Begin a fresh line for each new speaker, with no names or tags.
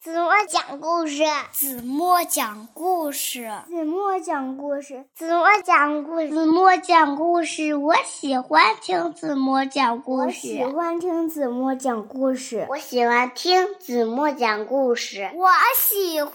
子墨讲故事，
子墨讲故事，
子墨讲故事，子墨讲故事，子墨讲故事。我喜欢听子墨讲故
我喜
事，
欢听子墨讲故事。
我喜欢听子墨讲故事。
我喜欢。